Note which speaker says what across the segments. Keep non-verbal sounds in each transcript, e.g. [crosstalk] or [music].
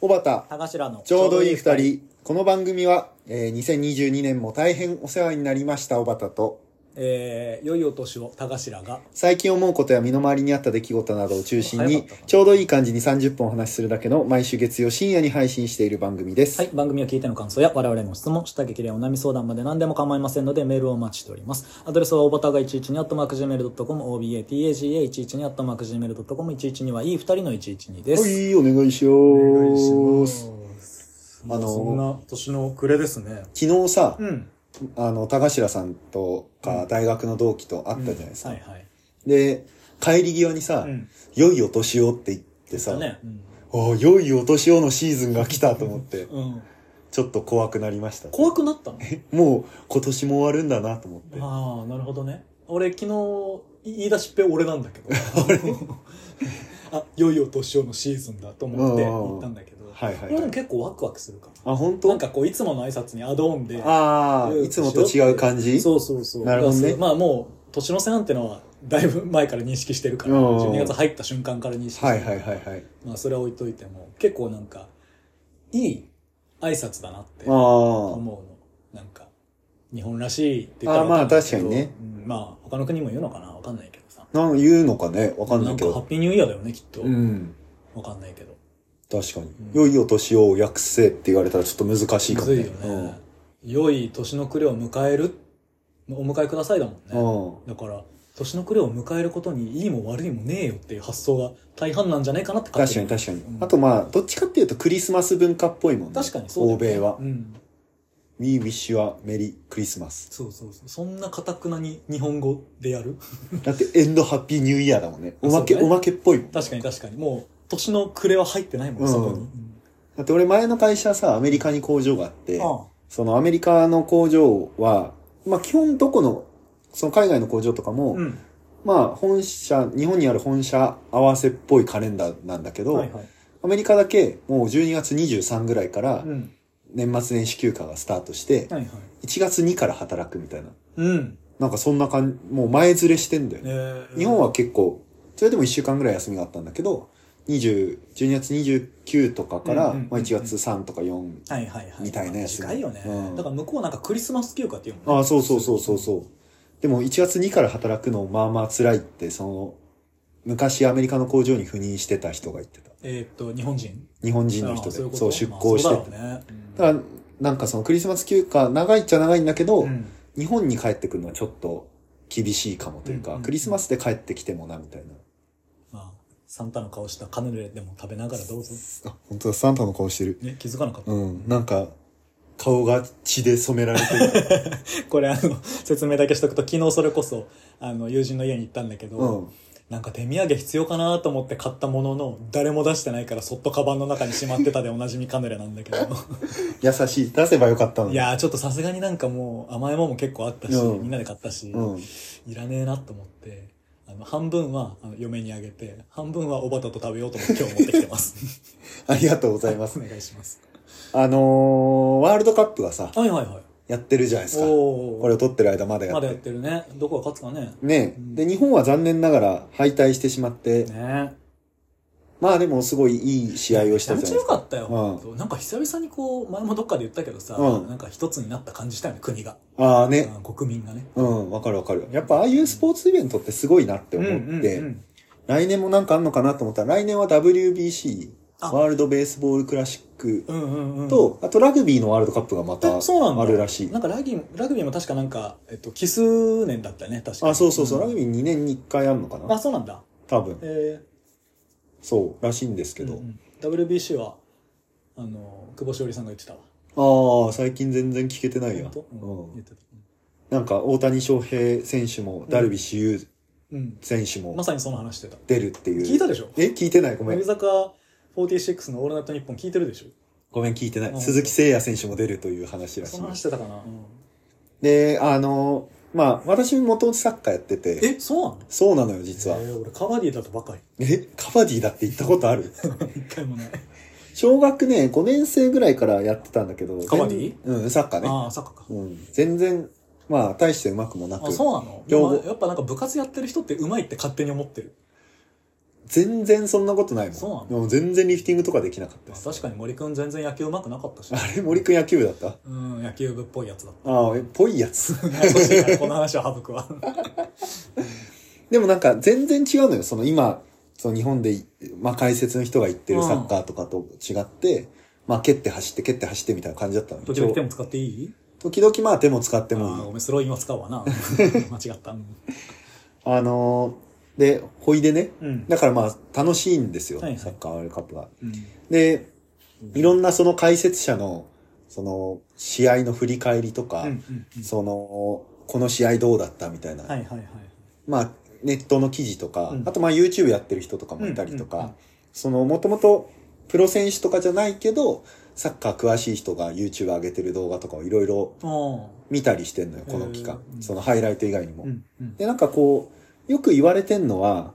Speaker 1: 小畑
Speaker 2: 田頭の
Speaker 1: ちょうどいい二
Speaker 2: 人
Speaker 1: 人この番組は、えー2022年も大変お世話になりました小畑と
Speaker 2: えー、良いお年を田頭が
Speaker 1: 最近思うことや身の回りにあった出来事などを中心
Speaker 2: 早
Speaker 1: に
Speaker 2: かったかな
Speaker 1: ちょうどいい感じに30分お話しするだけの毎週月曜深夜に配信している番組です、
Speaker 2: はい番組を聞いての感想や我々への質問下劇でお悩み相談まで何でも構いませんのでメールをお待ちしておりますアドレスはおばたが112 at markgmail.com obataga112 at markgmail.com 112はいい二人の112で
Speaker 1: は
Speaker 2: す
Speaker 1: いお願いし
Speaker 2: お
Speaker 1: ます
Speaker 2: す
Speaker 1: あの
Speaker 2: そんな年の暮れですね
Speaker 1: 昨日さ、
Speaker 2: うん
Speaker 1: あの田頭さんとか大学の同期と会ったじゃないですか、
Speaker 2: はいはい
Speaker 1: で帰り際にさ「
Speaker 2: うん
Speaker 1: 良いお年を」って言って
Speaker 2: だ
Speaker 1: さ、
Speaker 2: ねうん
Speaker 1: ああ良いお年をのシーズンが来たと思って
Speaker 2: うん
Speaker 1: ちょっと怖くなりました
Speaker 2: 怖くなったの
Speaker 1: もう今年も終わるんだなと思って
Speaker 2: ああなるほどね俺昨日言い出しっぺ俺なん
Speaker 1: [laughs]
Speaker 2: だけどあいよいよ年をのシーズンだと思って
Speaker 1: うんうんうん
Speaker 2: 行ったんだけど、
Speaker 1: はいはい
Speaker 2: 俺
Speaker 1: は
Speaker 2: も
Speaker 1: い
Speaker 2: 結構ワクワクするか
Speaker 1: あ本
Speaker 2: ら
Speaker 1: 当
Speaker 2: なんかこういつもの挨拶にアドオンで
Speaker 1: ああ
Speaker 2: 良
Speaker 1: いつもと違う感じ
Speaker 2: そうそうそう
Speaker 1: なるほどね
Speaker 2: だからそうまあもう年の瀬なんてのはだいぶ前から認識してるから
Speaker 1: うんうんうん
Speaker 2: 12月入った瞬間から認識して
Speaker 1: は
Speaker 2: る
Speaker 1: い
Speaker 2: から
Speaker 1: はいはいはい
Speaker 2: まあそれは置いといても結構なんかいい挨拶だなって
Speaker 1: ああ
Speaker 2: 思うのなんか日本らしいって言ったら
Speaker 1: あーまあ
Speaker 2: わんないけど
Speaker 1: 確かにね
Speaker 2: うんまあ他の国も言うのかなわかんないけどさ
Speaker 1: なん言うのかねわかんないけ
Speaker 2: んかハ
Speaker 1: ど
Speaker 2: ッピーニューイヤーだよねきっと、
Speaker 1: うん
Speaker 2: わかんないけど
Speaker 1: 確かに「
Speaker 2: ん
Speaker 1: 良いお年を訳せ」って言われたらちょっと難しい
Speaker 2: む
Speaker 1: かも
Speaker 2: ず
Speaker 1: ね
Speaker 2: いよね、良い年の暮れを迎えるお迎えくださいだもん
Speaker 1: う
Speaker 2: ね
Speaker 1: んうん
Speaker 2: だから年の暮れを迎えることにいいも悪いもねえよっていう発想が大半なんじゃないかなって勝
Speaker 1: 確
Speaker 2: 手
Speaker 1: かに確かに
Speaker 2: うん
Speaker 1: あとまあどっちかっていうとクリスマス文化っぽいもんね
Speaker 2: 確かにそうだよ
Speaker 1: 欧米は
Speaker 2: うん、
Speaker 1: 「We wish you a merry Christmas
Speaker 2: そうそうそうそんなかたくなに日本語でやる」
Speaker 1: だって「エンドハッピーニューイヤー」だもんねおまけ
Speaker 2: そうだ
Speaker 1: お
Speaker 2: ね
Speaker 1: まけっぽいもん
Speaker 2: 確かに確かにもう年の暮れは入ってないもん、
Speaker 1: うん
Speaker 2: そこに、
Speaker 1: だって俺前の会社さアメリカに工場があって
Speaker 2: ああ
Speaker 1: そのアメリカの工場は、まあ基本どこの、その海外の工場とかも、
Speaker 2: うん
Speaker 1: まあ本社、日本にある本社合わせっぽいカレンダーなんだけど、
Speaker 2: はいはい
Speaker 1: アメリカだけもう12月23ぐらいから
Speaker 2: うん
Speaker 1: 年末年始休暇がスタートして、
Speaker 2: はいはい
Speaker 1: 1月2から働くみたいな。
Speaker 2: うん
Speaker 1: なんかそんな感じ、もう前ずれしてんだよ
Speaker 2: え
Speaker 1: ね。
Speaker 2: ー
Speaker 1: 日本は結構、それでも1週間ぐらい休みがあったんだけど、20、12月29とかから、
Speaker 2: うんうんうんうん
Speaker 1: まあ1月3とか4。
Speaker 2: はいはいはい
Speaker 1: みたいなやつ
Speaker 2: 近いよね、
Speaker 1: うん
Speaker 2: だから向こうなんかクリスマス休暇っていうもんね
Speaker 1: ああ、そうそうそうそうそう。でも1月2から働くのまあまあ辛いって、その、昔アメリカの工場に赴任してた人が言ってた。
Speaker 2: えーっと日本人
Speaker 1: 日本人の人
Speaker 2: ああ
Speaker 1: で。
Speaker 2: いこと
Speaker 1: そう、出向して
Speaker 2: まあ
Speaker 1: て。
Speaker 2: そうだろうね
Speaker 1: だから、なんかそのクリスマス休暇、長いっちゃ長いんだけど、
Speaker 2: うん
Speaker 1: 日本に帰ってくるのはちょっと厳しいかもというか、
Speaker 2: うんうんうん
Speaker 1: クリスマスで帰ってきてもな、みたいな。
Speaker 2: まあサンタの顔したカヌレでも食べながらどうぞ
Speaker 1: あ、本当だ、サンタの顔してる。
Speaker 2: ね気づかなかった、
Speaker 1: うん、なんか、顔が血で染められてる。 [laughs]
Speaker 2: これあの [laughs] 説明だけしとくと昨日それこそあの友人の家に行ったんだけど、
Speaker 1: うん。
Speaker 2: なんか手土産必要かなと思って買ったものの誰も出してないからそっとカバンの中にしまってたでおなじみカヌレなんだけど
Speaker 1: 優しい。出せばよかったのに。
Speaker 2: いやーちょっとさすがになんかもう甘いもんも結構あったし、
Speaker 1: うん
Speaker 2: みんなで買ったし、
Speaker 1: うん。
Speaker 2: いらねえなと思って、あの、半分はあの嫁にあげて、半分はおばたと食べようと思って今日持ってきてます。
Speaker 1: [laughs] ありがとうございます
Speaker 2: お。願いします。
Speaker 1: あのー、ワールドカップがさ、
Speaker 2: はいはいはい。
Speaker 1: やってるじゃないですか。
Speaker 2: おー
Speaker 1: これを撮ってる間まだや
Speaker 2: ま
Speaker 1: っ
Speaker 2: だ
Speaker 1: て
Speaker 2: や
Speaker 1: る。
Speaker 2: ってるね。どこが勝つかね。
Speaker 1: ね
Speaker 2: うん
Speaker 1: で、日本は残念ながら敗退してしまって、
Speaker 2: ね
Speaker 1: まあでもすごいいい試合を
Speaker 2: め
Speaker 1: し
Speaker 2: ちゃ
Speaker 1: た
Speaker 2: め
Speaker 1: じゃ
Speaker 2: ち
Speaker 1: ないで
Speaker 2: ゃ良
Speaker 1: すか。
Speaker 2: かったよ、
Speaker 1: うん
Speaker 2: ほんとなんか久々にこう、前もどっかで言ったけどさ、
Speaker 1: うん
Speaker 2: なんか一つになった感じしたよね、国が。
Speaker 1: ああね。
Speaker 2: うん国民がね。
Speaker 1: うん、わかるわかる。やっぱああいうスポーツイベントってすごいなって思って、
Speaker 2: うんうんうん
Speaker 1: 来年もなんかあんのかなと思ったら、来年は WBC、
Speaker 2: あ
Speaker 1: ワールドベースボールクラシック
Speaker 2: うんうんうん。
Speaker 1: と、あとラグビーのワールドカップがまた
Speaker 2: えそうなんだ
Speaker 1: あるらしい
Speaker 2: な。んかラグビー、ラグビーも確かなんか、えっと、奇数年だったよね、確か
Speaker 1: あ、そうそうそう、
Speaker 2: ん
Speaker 1: ラグビー2年に1回あんのかな
Speaker 2: あ、そうなんだ。
Speaker 1: 多分。
Speaker 2: えー、
Speaker 1: そう、らしいんですけど。
Speaker 2: うんうん WBC はあの久保志織さんが言ってたわ
Speaker 1: ああ、最近全然聞けてないや。
Speaker 2: 本当うん
Speaker 1: うん
Speaker 2: 言ってた
Speaker 1: なんか大谷翔平選手もダルビッシュ有
Speaker 2: うん
Speaker 1: 選手
Speaker 2: ま
Speaker 1: も
Speaker 2: さにその話してた
Speaker 1: 出るっていう。
Speaker 2: 聞いたでしょ
Speaker 1: え聞いてないごめ
Speaker 2: 乃
Speaker 1: ん
Speaker 2: 木。坂46の「オールナイトニッポン」聞いてるでし
Speaker 1: ごめん聞いてな
Speaker 2: う
Speaker 1: い。
Speaker 2: ん
Speaker 1: 鈴木誠也選手も出るという話
Speaker 2: ょ
Speaker 1: らし
Speaker 2: そ
Speaker 1: い
Speaker 2: の。話してたかな、
Speaker 1: で、あの、まあ、私も元々サッカーやってて、
Speaker 2: えそうなの
Speaker 1: そうなのよ、実は
Speaker 2: え。ー俺カバディだとばかり
Speaker 1: えカバディだって行ったことある
Speaker 2: 一回もない
Speaker 1: 小学ね、5年生ぐらいからやってたんだけど。
Speaker 2: カバディ
Speaker 1: 全うん、サッカーね。
Speaker 2: ああサッカーか
Speaker 1: うん。全然、まあ、大して上手くもなく。
Speaker 2: あそうなの
Speaker 1: 両方
Speaker 2: まあやっぱなんか部活やってる人ってうまいって勝手に思ってる
Speaker 1: 全然そんなことないもん。
Speaker 2: そうなの
Speaker 1: もう全然リフティングとかできなかったです。
Speaker 2: 確かに森くん全然野球うまくなかったし、
Speaker 1: あれ、森くん野球部だった
Speaker 2: うん、野球部っぽいやつだっ
Speaker 1: ああ、えぽいやつ。 [laughs]
Speaker 2: た。や [laughs] やこしいからこの話は省く [laughs] わ。
Speaker 1: でもなんか全然違うのよ。その今、その日本で、まあ解説の人が言ってるサッカーとかと違って、まあ蹴って走って蹴って走ってみたいな感じだったのよ
Speaker 2: 時々手
Speaker 1: 今
Speaker 2: も使っていい
Speaker 1: 日時々まあ手も使って
Speaker 2: あ
Speaker 1: もいい
Speaker 2: ー。ごめん、スローインは使
Speaker 1: [laughs]
Speaker 2: うわな。間違った。うん
Speaker 1: あのーで、ほいでね。
Speaker 2: うん。
Speaker 1: だからまあ楽しいんですよ。
Speaker 2: はいはい
Speaker 1: サッカーワールドカップは。
Speaker 2: うん
Speaker 1: で、いろんなその解説者の、その、試合の振り返りとか、
Speaker 2: うんうんうん
Speaker 1: その、この試合どうだったみたいな、
Speaker 2: はいはいはい。
Speaker 1: まあ、ネットの記事とか、
Speaker 2: うん
Speaker 1: あとまあ YouTube やってる人とかもいたりとか、
Speaker 2: うんうんうん
Speaker 1: その、もともとプロ選手とかじゃないけど、サッカー詳しい人が YouTube 上げてる動画とかをいろいろ
Speaker 2: お
Speaker 1: 見たりしてんのよ、この期間。
Speaker 2: へー
Speaker 1: そのハイライト以外にも。
Speaker 2: ーうんうん。
Speaker 1: で、なんかこう、よく言われてんのは、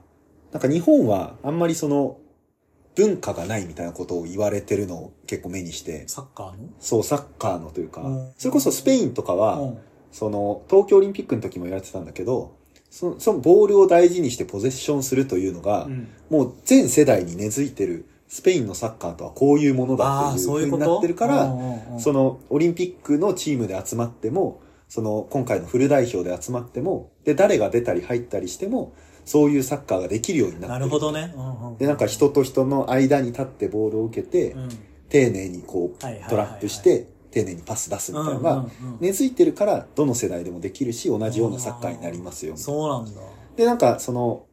Speaker 1: なんか日本はあんまりその、文化がないみたいなことを言われてるのを結構目にして、
Speaker 2: サッカーの
Speaker 1: そう、サッカーのというか
Speaker 2: うん、
Speaker 1: それこそスペインとかは、
Speaker 2: うん
Speaker 1: その、東京オリンピックの時も言われてたんだけど、その、そのボールを大事にしてポゼッションするというのが
Speaker 2: う、ん。
Speaker 1: もう全世代に根付いてる、スペインのサッカーとはこういうものだ
Speaker 2: あ
Speaker 1: っ
Speaker 2: あ、
Speaker 1: ていう
Speaker 2: そう
Speaker 1: 風
Speaker 2: いうこ
Speaker 1: に
Speaker 2: と
Speaker 1: なってるか
Speaker 2: う
Speaker 1: ら、
Speaker 2: んうんうん
Speaker 1: そのオリンピックのチームで集まっても、その今回のフル代表で集まっても、で、誰が出たり入ったりしても、そういうサッカーができるようになって
Speaker 2: なるほどね。うんうん
Speaker 1: で、なんか人と人の間に立ってボールを受けて、
Speaker 2: うん
Speaker 1: 丁寧にこう、
Speaker 2: はいはいはいはい
Speaker 1: トラップして、丁寧にパス出すみたいなの
Speaker 2: うんう
Speaker 1: が、
Speaker 2: んうん
Speaker 1: 根付いてるから、どの世代でもできるし、同じようなサッカーになりますよ。
Speaker 2: そうなんだ。
Speaker 1: で、なんかその、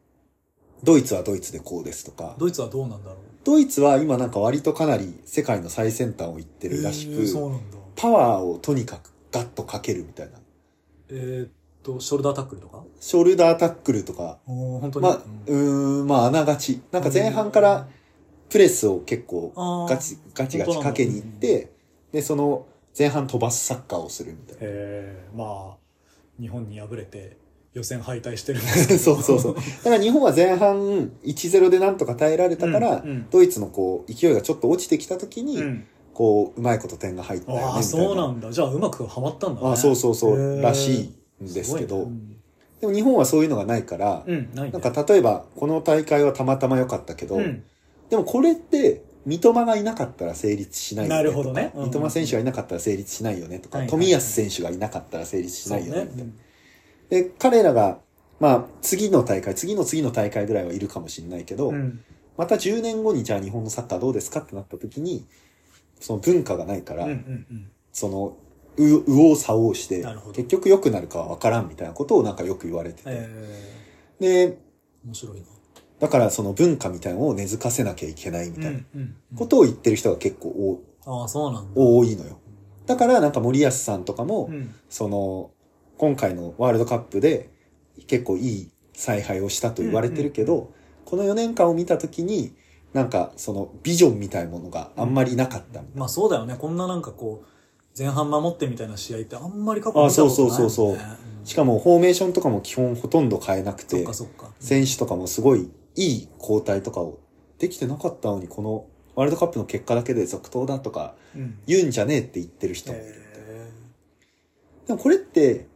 Speaker 1: ドイツはドイツでこうですとか、
Speaker 2: ドイツはどうなんだろう
Speaker 1: ドイツは今なんか割とかなり世界の最先端を行ってるらし
Speaker 2: え
Speaker 1: く、
Speaker 2: ーそうなんだ。
Speaker 1: パワーをとにかくガッとかけるみたいな。
Speaker 2: えーっと、ショルダータックルとか
Speaker 1: ショルダータックルとか、
Speaker 2: おー本当に。
Speaker 1: まあ
Speaker 2: う
Speaker 1: う
Speaker 2: ん、
Speaker 1: ーん、まあ、あながち。なんか前半からプレスを結構
Speaker 2: あー
Speaker 1: ガチ、ガチガチかけに行っ。て、で、その前半飛ばすサッカーをするみたいな。
Speaker 2: えー、まあ、日本に敗れて予選敗退してるんですけ
Speaker 1: [laughs]
Speaker 2: ど。
Speaker 1: そうそうそう。だから日本は前半1-0でなんとか耐えられたから、
Speaker 2: うんうん
Speaker 1: ドイツのこう、勢いがちょっと落ちてきた時に、
Speaker 2: うん
Speaker 1: こう、うまいこと点が入ったよねみたい
Speaker 2: あ
Speaker 1: な。
Speaker 2: あ、そうなんだ。じゃあうまくはまったんだね。
Speaker 1: あそうそうそ
Speaker 2: へ
Speaker 1: う、
Speaker 2: ー
Speaker 1: らしいんですけど、
Speaker 2: ごいね
Speaker 1: でも日本はそういうのがないから、
Speaker 2: うん、うんないね
Speaker 1: なんか例えば、この大会はたまたま良かったけど、
Speaker 2: うん
Speaker 1: でもこれって、三笘がいなかったら成立しないよね
Speaker 2: な
Speaker 1: と
Speaker 2: る
Speaker 1: か。
Speaker 2: ほどねうんうん
Speaker 1: 三笘選手がいなかったら成立しないよねとか、
Speaker 2: はいはい
Speaker 1: 富安選手がいなかったら成立しないよねみたい
Speaker 2: そう
Speaker 1: な
Speaker 2: ね
Speaker 1: で、彼らが、まあ、次の大会、次の次の大会ぐらいはいるかもしれないけど、
Speaker 2: うんうん
Speaker 1: また10年後にじゃあ日本のサッカーどうですかってなった時に、その文化がないから、
Speaker 2: うんうん
Speaker 1: その、う、右往左往して
Speaker 2: なるほど、
Speaker 1: 結局良くなるかは分からんみたいなことをなんかよく言われてて。
Speaker 2: え
Speaker 1: で、
Speaker 2: ー面白いな。
Speaker 1: だからその文化みたいなのを根付かせなきゃいけないみたいな
Speaker 2: うんうんうん
Speaker 1: ことを言ってる人が結構多
Speaker 2: ああ、そうなんだ。
Speaker 1: 多いのよ。だからなんか森保さんとかも
Speaker 2: う、ん
Speaker 1: その、今回のワールドカップで結構いい采配をしたと言われてるけ
Speaker 2: うん
Speaker 1: ど、この4年間を見たときに、なんかそのビジョンみたいなものがあんまりなかったみたいな。
Speaker 2: まあそうだよね。こんななんかこう、前半守ってみたいな試合ってあんまり過去見たことない、ね。
Speaker 1: あそうそうそうそうんしかもフォーメーションとかも基本ほとんど変えなく
Speaker 2: そってか、そっか。
Speaker 1: 選手とかもすごいいい交代とかをできてなかったのに、このワールドカップの結果だけで続投だとか
Speaker 2: うん。
Speaker 1: 言うんじゃねえって言ってる人もいる。
Speaker 2: え
Speaker 1: でもこれって、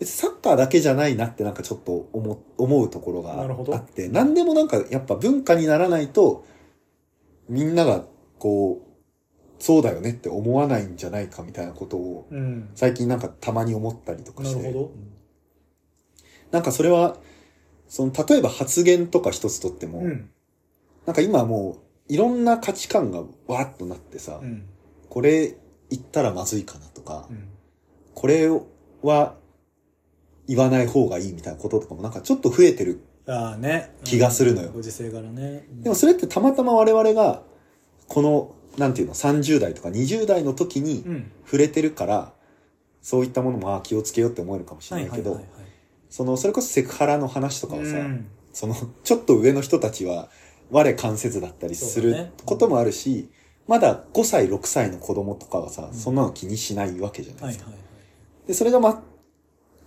Speaker 1: 別にサッカーだけじゃないなってなんかちょっと思思うところが
Speaker 2: なるほど
Speaker 1: あって、何でもなんかやっぱ文化にならないと、みんながこう、そうだよねって思わないんじゃないかみたいなことを、
Speaker 2: ーうん。
Speaker 1: 最近なんかたまに思ったりとか
Speaker 2: な
Speaker 1: し
Speaker 2: る
Speaker 1: て。
Speaker 2: ほど。
Speaker 1: なんかそれは、その、例えば発言とか一つとっても、
Speaker 2: うん。
Speaker 1: なんか今もう、いろんな価値観がわーっとなってさ、
Speaker 2: うん。
Speaker 1: これ言ったらまずいかなとか、
Speaker 2: うん
Speaker 1: これは言わない方がいいみたいなこととかもなんかちょっと増えてる。
Speaker 2: ああね。
Speaker 1: 気がするのよ
Speaker 2: うんご時世からね。
Speaker 1: でもそれってたまたま我々が、この、なんていうの、30代とか20代の時に
Speaker 2: うん。
Speaker 1: 触れてるから、そういったものもあー気をつけようって思えるかもし
Speaker 2: は
Speaker 1: れ
Speaker 2: い
Speaker 1: ない
Speaker 2: はい
Speaker 1: け
Speaker 2: はい
Speaker 1: ど、
Speaker 2: はい。
Speaker 1: その、それこそセクハラの話とか
Speaker 2: う
Speaker 1: をさ、
Speaker 2: ん
Speaker 1: その、ちょっと上の人たちは、我関節だったりす
Speaker 2: そうだ
Speaker 1: る
Speaker 2: ね
Speaker 1: こともあるし、まだ5歳、6歳の子供とかはさ、
Speaker 2: うん
Speaker 1: そんなの気にしないわけじゃない
Speaker 2: は
Speaker 1: で
Speaker 2: い
Speaker 1: す
Speaker 2: は
Speaker 1: か。
Speaker 2: い
Speaker 1: で、それがま、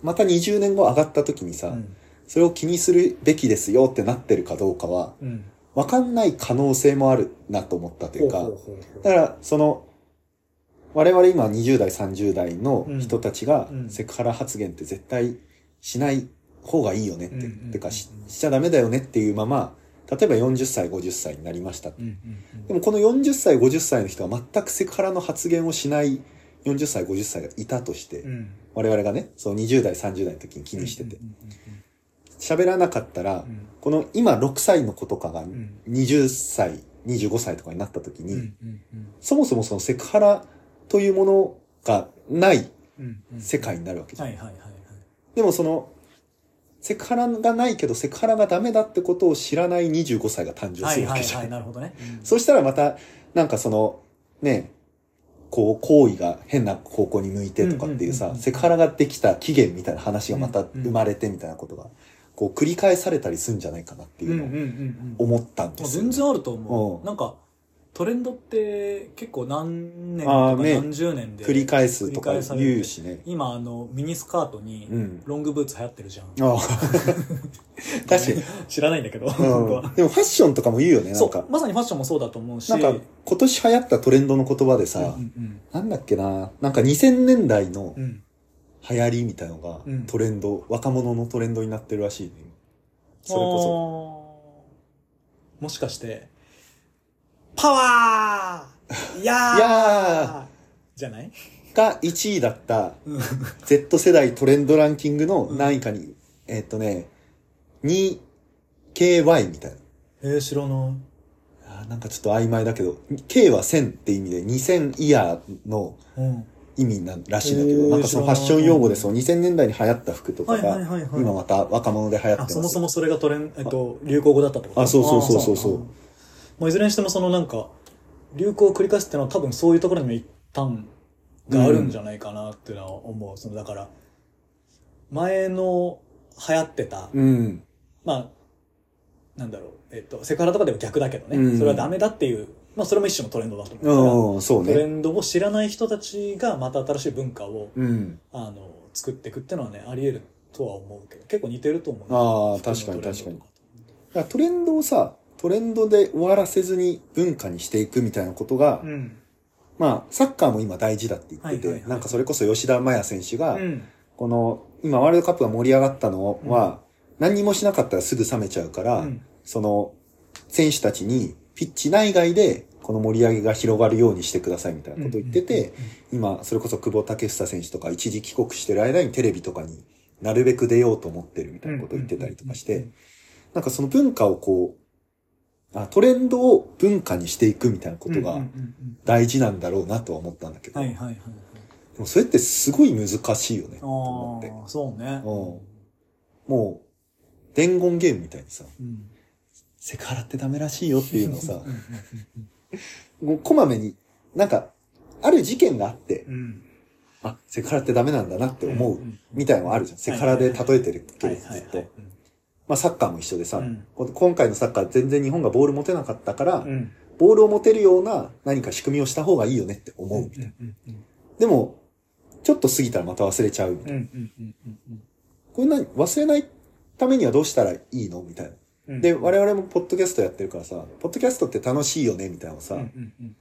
Speaker 1: また20年後上がった時にさ、
Speaker 2: はい。うん
Speaker 1: それを気にするべきですよってなってるかどうかは、
Speaker 2: うん。
Speaker 1: わかんない可能性もあるなと思ったというか、
Speaker 2: ほうほうほうほう
Speaker 1: だから、その、我々今20代、30代の人たちが
Speaker 2: うんうん
Speaker 1: セクハラ発言って絶対しない方がいいよねって、
Speaker 2: うんうんうん
Speaker 1: てかししちゃダメだよねっていうまま例えば40歳50歳になりました、
Speaker 2: うんうん
Speaker 1: でもこの40歳50歳の人は全くセクハラの発言をしない40歳50歳がいたとして、
Speaker 2: うんうん
Speaker 1: 我々がねその20代30代の時に気にしてて
Speaker 2: うん
Speaker 1: 喋らなかったら、
Speaker 2: うん
Speaker 1: この今6歳の子とかが
Speaker 2: ん
Speaker 1: 20歳25歳とかになった時に、
Speaker 2: うんうんうん
Speaker 1: そもそもそのセクハラというものがない
Speaker 2: うんうん
Speaker 1: 世界になるわけじゃん
Speaker 2: はいはいはいはい
Speaker 1: でもその、セクハラがないけど、セクハラがダメだってことを知らない25歳が誕生
Speaker 2: は
Speaker 1: す
Speaker 2: い
Speaker 1: るわ
Speaker 2: は
Speaker 1: け
Speaker 2: い
Speaker 1: じゃん。
Speaker 2: はいなるほどね
Speaker 1: そしたらまた、なんかその、ね、こう、行為が変な方向に向いてとかっていう
Speaker 2: うんうん
Speaker 1: さ
Speaker 2: う、んうん
Speaker 1: セクハラができた期限みたいな話がまた
Speaker 2: うんうん
Speaker 1: 生まれてみたいなことが、こう繰り返されたりするんじゃないかなってい
Speaker 2: うんうんう
Speaker 1: うのを
Speaker 2: んうん
Speaker 1: 思ったんですよ、
Speaker 2: 全然あると思
Speaker 1: うん
Speaker 2: うなんかトレンドって結構何年と
Speaker 1: あ
Speaker 2: か
Speaker 1: ーね
Speaker 2: 何十年で
Speaker 1: 繰り返すとか
Speaker 2: 繰り返される
Speaker 1: 言うしね。
Speaker 2: 今あのミニスカートに
Speaker 1: うん
Speaker 2: ロングブーツ流行ってるじゃん [laughs]
Speaker 1: ああ [laughs] 確かに。
Speaker 2: 知らないんだけど本当
Speaker 1: う
Speaker 2: は
Speaker 1: ん、でもファッションとかも言うよね、な
Speaker 2: そ
Speaker 1: んか
Speaker 2: う。まさにファッションもそうだと思うし
Speaker 1: なんか今年流行ったトレンドの言葉でさ、
Speaker 2: うんうん
Speaker 1: なんだっけな、なんか2000年代の
Speaker 2: うんうん
Speaker 1: 流行りみたいのが
Speaker 2: うん
Speaker 1: トレンド、若者のトレンドになってるらしいね。それこ
Speaker 2: こそもしかしてパワー
Speaker 1: [laughs]
Speaker 2: いや
Speaker 1: そ。
Speaker 2: ー
Speaker 1: いや
Speaker 2: じゃない
Speaker 1: ーが1位だった
Speaker 2: うん
Speaker 1: Z 世代トレンドランキングの
Speaker 2: うん
Speaker 1: 何位かに、えっとね、2KY みたいな。
Speaker 2: えー、知らない
Speaker 1: あーなんかちょっと曖昧だけど、K は1000って意味で2000イヤーの
Speaker 2: うん
Speaker 1: 意味なんらしいんだけど、
Speaker 2: へー
Speaker 1: なんかその
Speaker 2: 知
Speaker 1: ファ
Speaker 2: ら
Speaker 1: ッ
Speaker 2: ない
Speaker 1: ション用語でその2000年代に流行った服とか
Speaker 2: はいはいはい
Speaker 1: が、
Speaker 2: はい
Speaker 1: 今また若者で流行ってま
Speaker 2: あ
Speaker 1: す。
Speaker 2: そもそもそれがトレン、えっと、流行語だったってこと
Speaker 1: あそうそうそうそうそう
Speaker 2: あなんだまあ、いずれにしてもそのなんか流行を繰り返すっていうのは多分そういうところにも一旦があるんじゃないかなっていうのは思う、そのだから前の流行ってた、
Speaker 1: うん。
Speaker 2: まあなんだろう、えっと、セクハラとかでも逆だけどね、
Speaker 1: うん
Speaker 2: それはダメだっていう、まあ、それも一種のトレンドだと思うから
Speaker 1: うん、そう
Speaker 2: ト
Speaker 1: ね。
Speaker 2: レンドを知らない人たちがまた新しい文化を
Speaker 1: うん。
Speaker 2: あの作っていくっていうのはねあり得るとは思うけど結構似てると思うね
Speaker 1: ああ、確かに確かに。だからトレンドをさ、トレンドで終わらせずに文化にしていくみたいなことが、
Speaker 2: うん。
Speaker 1: まあ、サッカーも今大事だって言ってて、
Speaker 2: はいはいはい
Speaker 1: なんかそれこそ吉田麻也選手が、
Speaker 2: うん。
Speaker 1: この、今ワールドカップが盛り上がったのは、何にもしなかったらすぐ冷めちゃうから、
Speaker 2: うん
Speaker 1: その、選手たちに、ピッチ内外で、この盛り上げが広がるようにしてくださいみたいなことを言ってて、今、それこそ久保建英選手とか一時帰国してる間にテレビとかになるべく出ようと思ってるみたいなことを言ってたりとかし
Speaker 2: うんうんう
Speaker 1: て
Speaker 2: んうん、
Speaker 1: なんかその文化をこう、あトレンドを文化にしていくみたいなこと
Speaker 2: うん
Speaker 1: が
Speaker 2: うんうん
Speaker 1: 大事なんだろうなとは思ったんだけ
Speaker 2: う
Speaker 1: ど、
Speaker 2: んは
Speaker 1: で
Speaker 2: いはいはいはい。
Speaker 1: もそれってすごい難しいよね、と思って。
Speaker 2: ああ、そうね。
Speaker 1: うんもう、伝言ゲームみたいにさ、
Speaker 2: うん。
Speaker 1: セクハラってダメらしいよっていうのをさ、
Speaker 2: うん
Speaker 1: もうこまめに、なんか、ある事件があって、
Speaker 2: うんうん。
Speaker 1: あ、セクハラってダメなんだなって思う
Speaker 2: うんうん、
Speaker 1: みたいのはあるじゃん。セクハラで例えてるけ
Speaker 2: は
Speaker 1: ど、
Speaker 2: い
Speaker 1: ず
Speaker 2: はい
Speaker 1: っ
Speaker 2: は
Speaker 1: と
Speaker 2: い。。
Speaker 1: まあサッカーも一緒でさ、
Speaker 2: うん
Speaker 1: こ今回のサッカー全然日本がボール持てなかったから、
Speaker 2: うん。
Speaker 1: ボールを持てるような何か仕組みをした方がいいよねって思うみたいな。
Speaker 2: うん
Speaker 1: でも、ちょっと過ぎたらまた忘れちゃうみたいな。
Speaker 2: うんうんうんうん
Speaker 1: これ何忘れないためにはどうしたらいいのみたいな。
Speaker 2: うん。
Speaker 1: で、
Speaker 2: うん
Speaker 1: 我々もポッドキャストやってるからさ、ポッドキャストって楽しいよねみたいなのをさ、
Speaker 2: うんうんうん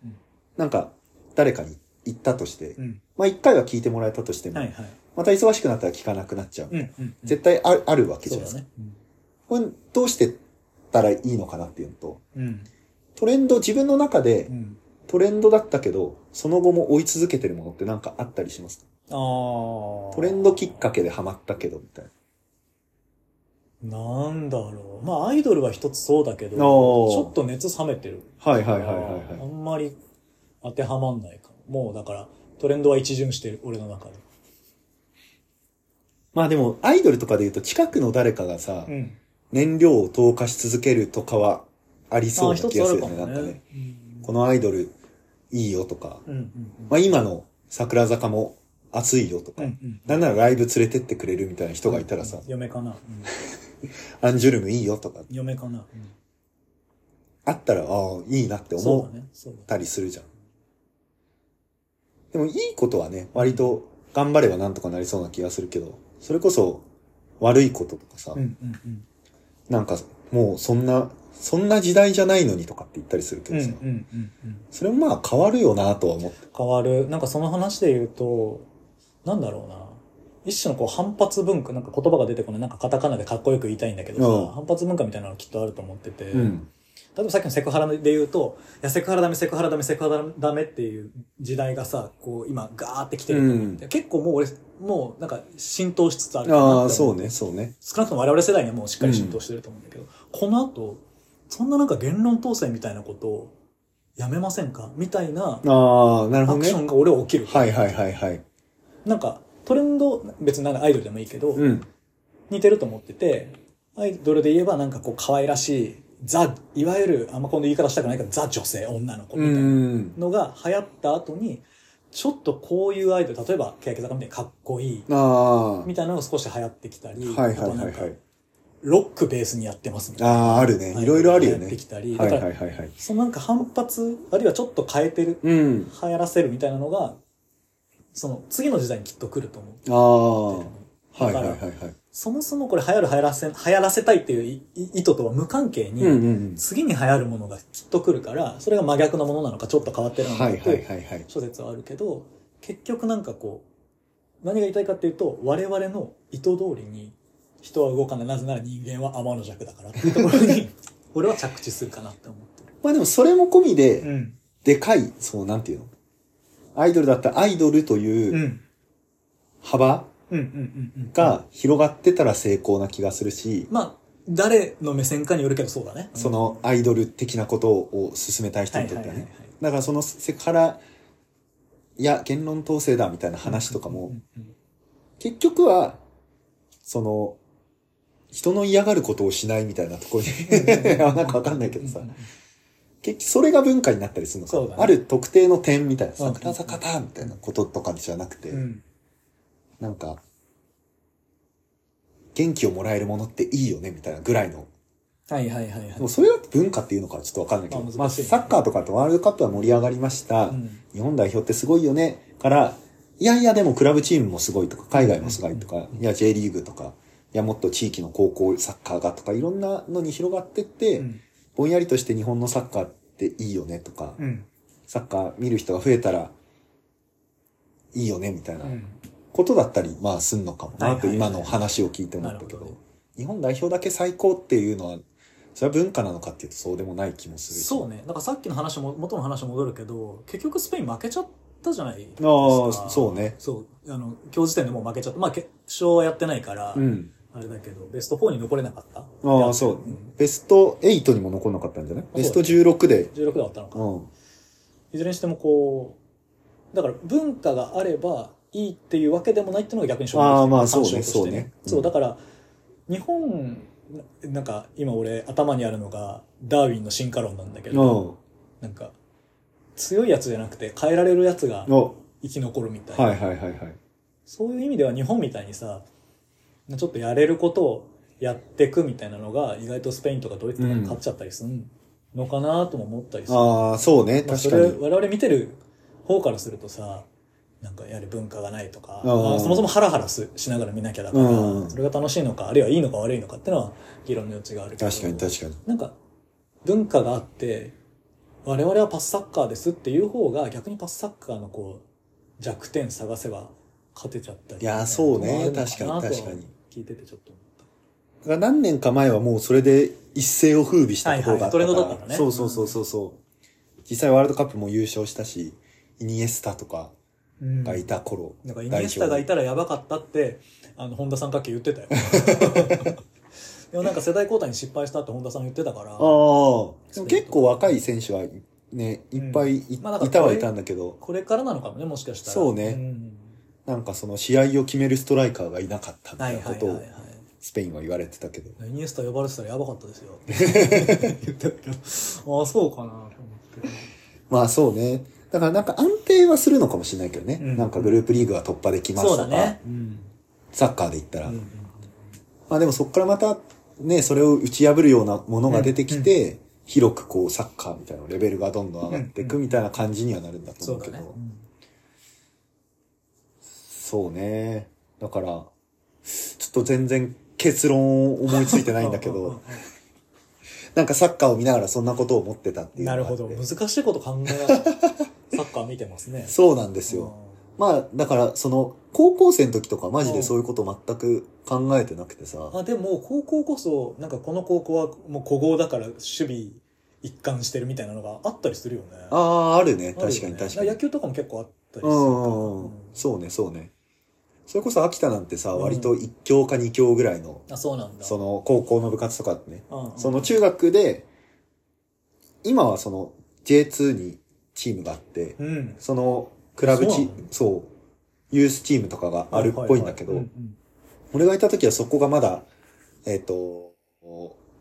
Speaker 1: なんか、誰かに言ったとして、
Speaker 2: うん。
Speaker 1: まあ一回は聞いてもらえたとしても、
Speaker 2: はいはい。
Speaker 1: また忙しくなったら聞かなくなっちゃう。
Speaker 2: うんうんうん。
Speaker 1: 絶対ああるわけじ
Speaker 2: そ
Speaker 1: ゃ
Speaker 2: う
Speaker 1: ないです
Speaker 2: だ
Speaker 1: か。
Speaker 2: ね。うん
Speaker 1: これどうしてったらいいのかなっていうのと、
Speaker 2: うん。
Speaker 1: トレンド、自分の中で
Speaker 2: うん。
Speaker 1: トレンドだったけど、その後も追い続けてるものってなんかあったりしますか
Speaker 2: ああ。
Speaker 1: トレンドきっかけでハマったけど、みたいな。
Speaker 2: なんだろう。まあ、アイドルは一つそうだけど、ち
Speaker 1: おー
Speaker 2: ょっと熱冷めてる。
Speaker 1: はい
Speaker 2: は
Speaker 1: はいはいはい、
Speaker 2: あ
Speaker 1: はい。
Speaker 2: んまり当てはまんないかも。もうだから、トレンドは一巡してる、俺の中で。
Speaker 1: まあでも、アイドルとかで言うと近くの誰かがさ、
Speaker 2: うん。
Speaker 1: 燃料を投下し続けるとかはありそう
Speaker 2: あ
Speaker 1: な
Speaker 2: 一
Speaker 1: 気
Speaker 2: つ
Speaker 1: が
Speaker 2: あ
Speaker 1: す
Speaker 2: る
Speaker 1: る
Speaker 2: か
Speaker 1: よね。
Speaker 2: も
Speaker 1: なんか
Speaker 2: ね
Speaker 1: ね、。このアイドルいいよとか、
Speaker 2: うんうんうん
Speaker 1: まあ今の桜坂も熱いよとか、
Speaker 2: うんうん
Speaker 1: なんならライブ連れてってくれるみたいな人がいたらさ、
Speaker 2: 嫁かな、うん
Speaker 1: アンジュルムいいよとか、
Speaker 2: 嫁かな、
Speaker 1: あったら、ああ、いいなって
Speaker 2: そ
Speaker 1: 思
Speaker 2: うだねそう
Speaker 1: っ
Speaker 2: だ
Speaker 1: たりするじゃん。でもいいことはね、割と頑張ればなんとかなりそうな気がするけど、それこそ悪いこととかさ、
Speaker 2: うんうんうん
Speaker 1: なんかもうそんな、そんな時代じゃないのにとかって言ったりするけ
Speaker 2: うん
Speaker 1: ど
Speaker 2: う
Speaker 1: さ、
Speaker 2: んうんうん
Speaker 1: それもまあ変わるよなとは思って。
Speaker 2: 変わるなんかその話で言うとなんだろうな一種のこう反発文化、なんか言葉が出てこない、なんかカタカナでかっこよく言いたいんだけどさ、
Speaker 1: うん
Speaker 2: 反発文化みたいなのきっとあると思ってて、
Speaker 1: うん。
Speaker 2: 例えばさっきのセクハラで言うと、いや、セクハラダメ、セクハラダメ、セクハラダメっていう時代がさ、こう今ガーってきてると思って、結構もう俺、もうなんか浸透しつつあるかなって思
Speaker 1: あ
Speaker 2: う
Speaker 1: あ、そうね、そうね。
Speaker 2: 少なくとも我々世代にはもうしっかり浸透してると思うんだけど、この後、そんななんか言論統制みたいなことをやめませんかみたいな
Speaker 1: ああ、なる
Speaker 2: ア
Speaker 1: ほど
Speaker 2: クション
Speaker 1: ね。
Speaker 2: が俺は起きる。
Speaker 1: はいはいはいはい。
Speaker 2: なんか、トレンド、別になんかアイドルでもいいけど、
Speaker 1: うん。
Speaker 2: 似てると思ってて、アイドルで言えばなんかこう可愛らしい、ザ、いわゆる、あんまこの言い方したくないけど、ザ女性、女の子み
Speaker 1: う
Speaker 2: たいな。
Speaker 1: ん。
Speaker 2: のが流行った後に、ちょっとこういうアイドル、例えば、欅坂みたいにかっこいい、
Speaker 1: ああ。は
Speaker 2: みたいなのが少し流行ってきたり、
Speaker 1: いはい
Speaker 2: あと
Speaker 1: はい
Speaker 2: な
Speaker 1: は
Speaker 2: んか
Speaker 1: い。
Speaker 2: ロックベースにやってますみたいな。
Speaker 1: ああ、あるね。いろいろあるよ
Speaker 2: 流行っ
Speaker 1: ね
Speaker 2: て。きたり、
Speaker 1: は
Speaker 2: だ
Speaker 1: い
Speaker 2: か
Speaker 1: は
Speaker 2: ら、
Speaker 1: いはいはい。
Speaker 2: そのなんか反発、あるいはちょっと変えてる、
Speaker 1: うん。
Speaker 2: 流行らせるみたいなのが、その次の時代にきっと来ると思
Speaker 1: あ
Speaker 2: う。
Speaker 1: あ。は
Speaker 2: だ
Speaker 1: い
Speaker 2: か
Speaker 1: はい
Speaker 2: ら
Speaker 1: はいはい。
Speaker 2: そもそもこれ流行る流行らせ、流行らせたいっていういい意図とは無関係に、
Speaker 1: うんうんうん。
Speaker 2: 次に流行るものがきっと来るから、それが真逆のものなのか、ちょっと変わってるのか
Speaker 1: は
Speaker 2: っ
Speaker 1: い
Speaker 2: て、
Speaker 1: はいはいはい。
Speaker 2: 諸説はあるけど結局なんかこう何が言いたいかっていうと我々の意図通りに人は動かないなぜなら人間は天の弱だからっていうところ
Speaker 1: [laughs]
Speaker 2: に俺は着地するかなって思って
Speaker 1: まあでもそれも込みで、
Speaker 2: るうん
Speaker 1: でかい、そう、なんていうのアイドルだったらアイドルと
Speaker 2: うんう
Speaker 1: いうん幅
Speaker 2: うんうんうん
Speaker 1: が広がってたら成功な気がするし、
Speaker 2: まあ誰の目線かによるけどそうだね
Speaker 1: そのアイドル的なことを進めたい人
Speaker 2: はい
Speaker 1: に
Speaker 2: はい
Speaker 1: とっ
Speaker 2: はい
Speaker 1: て
Speaker 2: は
Speaker 1: はいね。だからそのセクハラや言論統制だみたいな話とか
Speaker 2: う
Speaker 1: も、
Speaker 2: んうん
Speaker 1: 結局は、その、人の嫌がることをしないみたいなところに、あ [laughs] なんかわかんないけどさ、結局それが文化になったりするのか
Speaker 2: そうだね
Speaker 1: ある特定の点みたいな、
Speaker 2: うんうん
Speaker 1: 桜坂だみたいなこととかじゃなくて、
Speaker 2: うん
Speaker 1: なんか、元気をもらえるものっていいよね、みたいなぐらいの。
Speaker 2: はいはいはいはい
Speaker 1: でもそれだって文化っていうのかはちょっとわかんないけど、
Speaker 2: まあ
Speaker 1: まあ、
Speaker 2: 難しいね
Speaker 1: サッカーとかとワールドカップは盛り上がりました。
Speaker 2: うん
Speaker 1: 日本代表ってすごいよね。から、いやいやでもクラブチームもすごいとか、海外もすごいとか、いや J リーグとか、いやもっと地域の高校サッカーがとか、いろんなのに広がってって、
Speaker 2: うん
Speaker 1: ぼんやりとして日本のサッカーっていいよねとか、
Speaker 2: うん
Speaker 1: サッカー見る人が増えたら、いいよねみたいな。
Speaker 2: うん
Speaker 1: ことだったり、まあ、すんのかも
Speaker 2: はい
Speaker 1: な
Speaker 2: はい
Speaker 1: と、
Speaker 2: はい
Speaker 1: 今の話を聞いて思ったけ
Speaker 2: なるほど
Speaker 1: ど、日本代表だけ最高っていうのは、それは文化なのかっていうとそうでもない気もするし。
Speaker 2: そうねなんかさっきの話も元の話戻るけど結局スペイン負けちゃったじゃないですか
Speaker 1: ああ、そうね。
Speaker 2: そうあの今日時点でもう負けちゃったまあ決勝はやってないから、
Speaker 1: うん。
Speaker 2: あれだけどベスト4に残れなかった
Speaker 1: ああ、そう。ベスト8にも残んなかったんじゃないベスト16で。
Speaker 2: 16で終わったのか、
Speaker 1: うん。
Speaker 2: いずれにしてもこうだから文化があればいいっていうわけでもないっていうのが逆に証明
Speaker 1: ああまあ
Speaker 2: 反
Speaker 1: そうね
Speaker 2: 証として
Speaker 1: そうね
Speaker 2: そううんだから日本ななんか今俺頭にあるのがダーウィンの進化論なんだけ
Speaker 1: う
Speaker 2: ど、
Speaker 1: ん。
Speaker 2: なんか強いやつじゃなくて変えられるやつが
Speaker 1: お
Speaker 2: 生き残るみたいな、
Speaker 1: はいはいはいはい。
Speaker 2: そういう意味では日本みたいにさ、ちょっとやれることをやってくみたいなのが、意外とスペインとかドイツとかに勝っちゃったりするのかなとも思ったりする。
Speaker 1: ああ、そうね。
Speaker 2: ま
Speaker 1: 確
Speaker 2: あそ
Speaker 1: か
Speaker 2: れ
Speaker 1: に。
Speaker 2: 我々見てる方からするとさ、なんかやはり文化がないとか、
Speaker 1: あー
Speaker 2: まあそもそもハラハラすしながら見なきゃだから、
Speaker 1: うん
Speaker 2: それが楽しいのか、あるいはいいのか悪いのかってのは議論の余地があるけど。
Speaker 1: 確かに確かに。
Speaker 2: なんか、文化があって、我々はパスサッカーですっていう方が、逆にパスサッカーのこう、弱点探せば勝てちゃったり
Speaker 1: いやーそうね
Speaker 2: みたいなこともあるの
Speaker 1: 確かに
Speaker 2: な
Speaker 1: 確かに
Speaker 2: とは聞いててちょっと思った。
Speaker 1: だから何年か前はもうそれで一世を風靡したところがあったから、
Speaker 2: はいはいトレンドだったのね
Speaker 1: そうそうそうそうそう。実際ワールドカップも優勝したし、イニエスタとか
Speaker 2: うん
Speaker 1: がいた頃、
Speaker 2: なんかイニエスタがいたらやばかったって、あの、本田さんかっき言ってたよ。
Speaker 1: [laughs]
Speaker 2: でもなんか世代交代に失敗したって本田さん言ってたから、
Speaker 1: ああ。でも結構若い選手はね、いっぱいい,、
Speaker 2: まあだから
Speaker 1: いたはいたんだけど、
Speaker 2: これからなのかもね、もしかしたら。
Speaker 1: そうね
Speaker 2: ん
Speaker 1: なんかその試合を決めるストライカーがいなかったみ
Speaker 2: は
Speaker 1: たい
Speaker 2: い
Speaker 1: な
Speaker 2: は
Speaker 1: こ
Speaker 2: い
Speaker 1: と
Speaker 2: はい
Speaker 1: を
Speaker 2: は
Speaker 1: スペインは言われてたけど。
Speaker 2: い。イニエスタ呼ばれてたらやばかったです
Speaker 1: [laughs]
Speaker 2: よ。言ってたけど、ああ、そうかなと思って。
Speaker 1: まあそうね。だからなんか安定はするのかもしれないけどね。
Speaker 2: うん
Speaker 1: なんかグループリーグは突破できます
Speaker 2: そう
Speaker 1: と
Speaker 2: だ
Speaker 1: か、
Speaker 2: ね。うん。
Speaker 1: サッカーで言ったら。
Speaker 2: うん
Speaker 1: まあでもそこからまたね、それを打ち破るようなものが出てきて、広くこうサッカーみたいなレベルがどんどん上がっていくみたいな感じにはなるんだと
Speaker 2: そ
Speaker 1: 思
Speaker 2: う
Speaker 1: う
Speaker 2: だ
Speaker 1: けど。
Speaker 2: ね。
Speaker 1: そうね。だから、ちょっと全然結論を思いついてないんだけ
Speaker 2: うんうんうん
Speaker 1: ど、なんかサッカーを見ながらそんなことを思ってたっていう
Speaker 2: な
Speaker 1: の
Speaker 2: る
Speaker 1: があ
Speaker 2: ほ
Speaker 1: って [laughs]
Speaker 2: ど。難しいこと考えながら、サッカー見てますね。
Speaker 1: そうなんですよ。
Speaker 2: う
Speaker 1: まあ、だから、その、高校生の時とかマジでそういうこと全く考えてなくてさ。
Speaker 2: あでも高校こそなんかこの高校はもう古豪だから守備一貫してるみたいなのがあったりするよね
Speaker 1: ああ、あるね。
Speaker 2: あるよね
Speaker 1: 確かに確か
Speaker 2: だら野
Speaker 1: に。
Speaker 2: 球とかも結構あったりする
Speaker 1: う
Speaker 2: か
Speaker 1: ん
Speaker 2: ら
Speaker 1: うんうん。そうね、そうね。それこそ秋田なんてさ、
Speaker 2: うん
Speaker 1: 割と1強か2強ぐらいの、
Speaker 2: あそうなんだ
Speaker 1: その、高校の部活とかね。
Speaker 2: うんうん
Speaker 1: その中学で、今はその、J2 にチームがあって、
Speaker 2: うん
Speaker 1: その、クラブ
Speaker 2: そう
Speaker 1: チ
Speaker 2: なの、
Speaker 1: そう、ユースチームとかがあるっぽいんだけ
Speaker 2: は
Speaker 1: ど
Speaker 2: はは、うん
Speaker 1: 俺がいた時はそこがまだ、えっ、と、